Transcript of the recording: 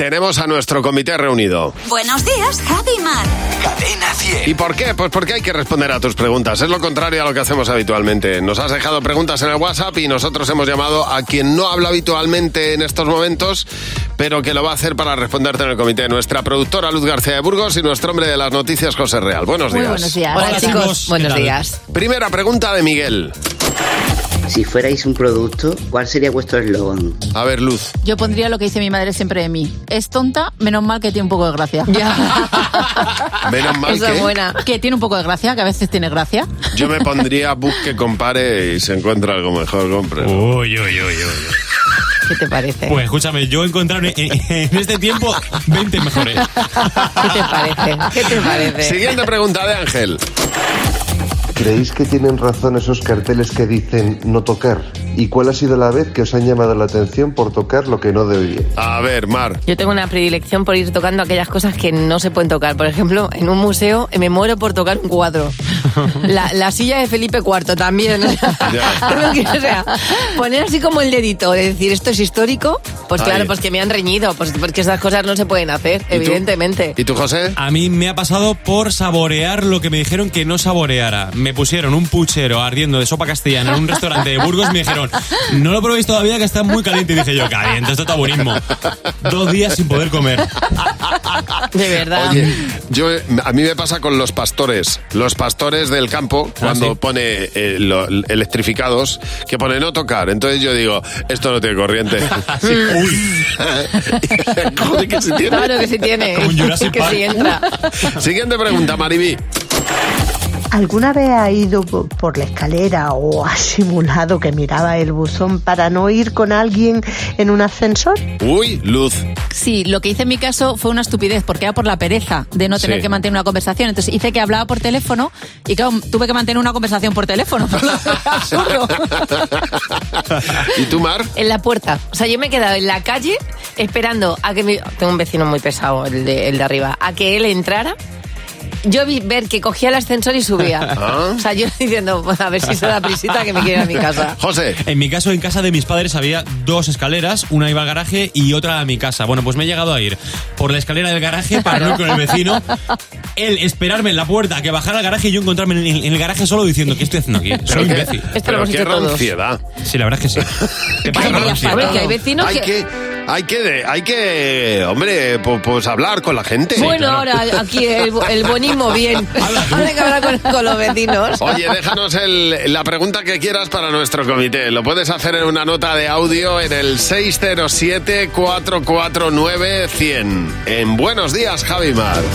Tenemos a nuestro comité reunido. Buenos días, Javi y Mar. Cadena 100. ¿Y por qué? Pues porque hay que responder a tus preguntas. Es lo contrario a lo que hacemos habitualmente. Nos has dejado preguntas en el WhatsApp y nosotros hemos llamado a quien no habla habitualmente en estos momentos, pero que lo va a hacer para responderte en el comité. Nuestra productora Luz García de Burgos y nuestro hombre de las noticias, José Real. Buenos Muy días. buenos días. Hola, chicos. Buenos Buenos días. Primera pregunta de Miguel. Si fuerais un producto, ¿cuál sería vuestro eslogan? A ver, Luz. Yo pondría lo que dice mi madre siempre de mí. Es tonta, menos mal que tiene un poco de gracia. Menos mal Esa que es buena. que tiene un poco de gracia, que a veces tiene gracia. yo me pondría book que compare y se encuentra algo mejor, compre. Uy, uy, uy, uy. ¿Qué te parece? Pues escúchame, yo he encontrado en, en- en este tiempo 20 mejores. ¿Qué te parece? ¿Qué te parece? Siguiente pregunta de Ángel. ¿Creéis que tienen razón esos carteles que dicen no tocar? ¿Y cuál ha sido la vez que os han llamado la atención por tocar lo que no debíais? A ver, Mar. Yo tengo una predilección por ir tocando aquellas cosas que no se pueden tocar. Por ejemplo, en un museo eh, me muero por tocar un cuadro. La, la silla de Felipe IV también. Ya. Algo que, o sea, poner así como el dedito, de decir esto es histórico, pues Ahí. claro, pues que me han reñido, pues porque esas cosas no se pueden hacer, ¿Y tú? evidentemente. ¿Y tú, José? A mí me ha pasado por saborear lo que me dijeron que no saboreara. Me pusieron un puchero ardiendo de sopa castellana en un restaurante de Burgos y me dijeron, no lo probéis todavía que está muy caliente. Y dije yo, caliente, esto es taburismo. Dos días sin poder comer. De verdad. Oye, yo, a mí me pasa con los pastores. Los pastores del campo, cuando sí. pone eh, lo- electrificados, que pone no tocar. Entonces yo digo, esto no tiene corriente. Joder, que sí tiene. Claro que sí tiene. Como un Jurassic que Park. sí entra. Siguiente pregunta, Maribí. ¿Alguna vez ha ido po- por la escalera o ha simulado que miraba el buzón para no ir con alguien en un ascensor? Uy, luz. Sí, lo que hice en mi caso fue una estupidez, porque era por la pereza de no tener Sí. que mantener una conversación. Entonces hice que hablaba por teléfono y claro, tuve que mantener una conversación por teléfono. Absurdo. ¿Y tú, Mar? En la puerta. O sea, yo me he quedado en la calle esperando a que mi... Tengo un vecino muy pesado, el de, el de arriba. A que él entrara. Yo vi ver que cogía el ascensor y subía. Ah. O sea, yo diciendo, a ver si se da prisita que me quiero ir a mi casa. José. En mi caso, en casa de mis padres había dos escaleras, una iba al garaje y otra a mi casa. Bueno, pues me he llegado a ir por la escalera del garaje para no ir con el vecino, él esperarme en la puerta a que bajara al garaje y yo encontrarme en el, en el garaje solo diciendo, ¿qué estoy haciendo aquí? Pero qué- Soy imbécil. Esto lo pero hemos qué hecho todos. ranciedad. Sí, la verdad es que sí. Te pasa Ay, por vaya un sitio. faena. Hombre, que hay vecinos hay que... que... Hay que, de- hay que, hombre, po- pues hablar con la gente. bueno, ahora aquí el, el bonismo bien. Ahora hay que hablar con, con los vecinos. Oye, déjanos el- la pregunta que quieras para nuestro comité. Lo puedes hacer en una nota de audio en el 607-449-100. En Buenos Días, Javi Mar.